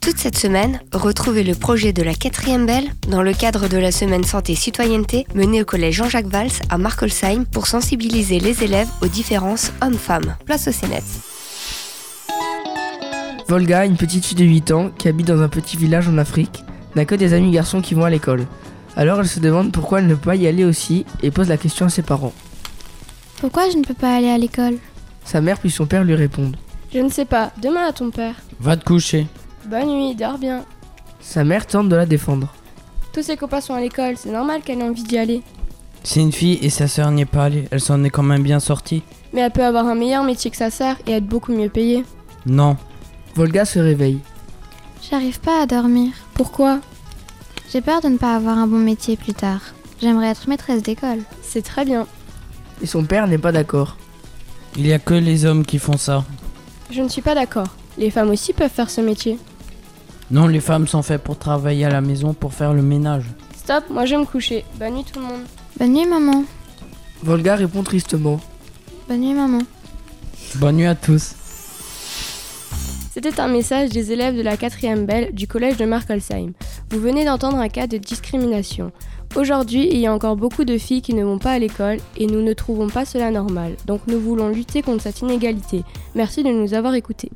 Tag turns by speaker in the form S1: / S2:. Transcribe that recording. S1: Toute cette semaine, retrouvez le projet de la quatrième belle dans le cadre de la semaine santé citoyenneté menée au collège Jean-Jacques Valls à Markolsheim pour sensibiliser les élèves aux différences hommes-femmes. Place au CNET.
S2: Volga, une petite fille de 8 ans qui habite dans un petit village en Afrique, n'a que des amis garçons qui vont à l'école. Alors elle se demande pourquoi elle ne peut pas y aller aussi et pose la question à ses parents.
S3: Pourquoi je ne peux pas aller à l'école
S2: Sa mère puis son père lui répondent.
S4: Je ne sais pas, demain à ton père.
S5: Va te coucher.
S4: Bonne nuit, dors bien.
S2: Sa mère tente de la défendre.
S4: Tous ses copains sont à l'école, c'est normal qu'elle ait envie d'y aller.
S5: C'est une fille et sa sœur n'y est pas allée. Elle s'en est quand même bien sortie.
S4: Mais elle peut avoir un meilleur métier que sa sœur et être beaucoup mieux payée.
S5: Non.
S2: Volga se réveille.
S3: J'arrive pas à dormir.
S4: Pourquoi
S3: J'ai peur de ne pas avoir un bon métier plus tard. J'aimerais être maîtresse d'école.
S4: C'est très bien.
S2: Et son père n'est pas d'accord.
S5: Il y a que les hommes qui font ça.
S4: Je ne suis pas d'accord. Les femmes aussi peuvent faire ce métier.
S5: Non, les femmes sont faites pour travailler à la maison, pour faire le ménage.
S4: Stop, moi je vais me coucher. Bonne nuit tout le monde.
S3: Bonne nuit maman.
S2: Volga répond tristement.
S3: Bonne nuit maman.
S5: Bonne nuit à tous.
S4: C'était un message des élèves de la 4e Belle du collège de Markolsheim. Vous venez d'entendre un cas de discrimination. Aujourd'hui, il y a encore beaucoup de filles qui ne vont pas à l'école et nous ne trouvons pas cela normal. Donc nous voulons lutter contre cette inégalité. Merci de nous avoir écoutés.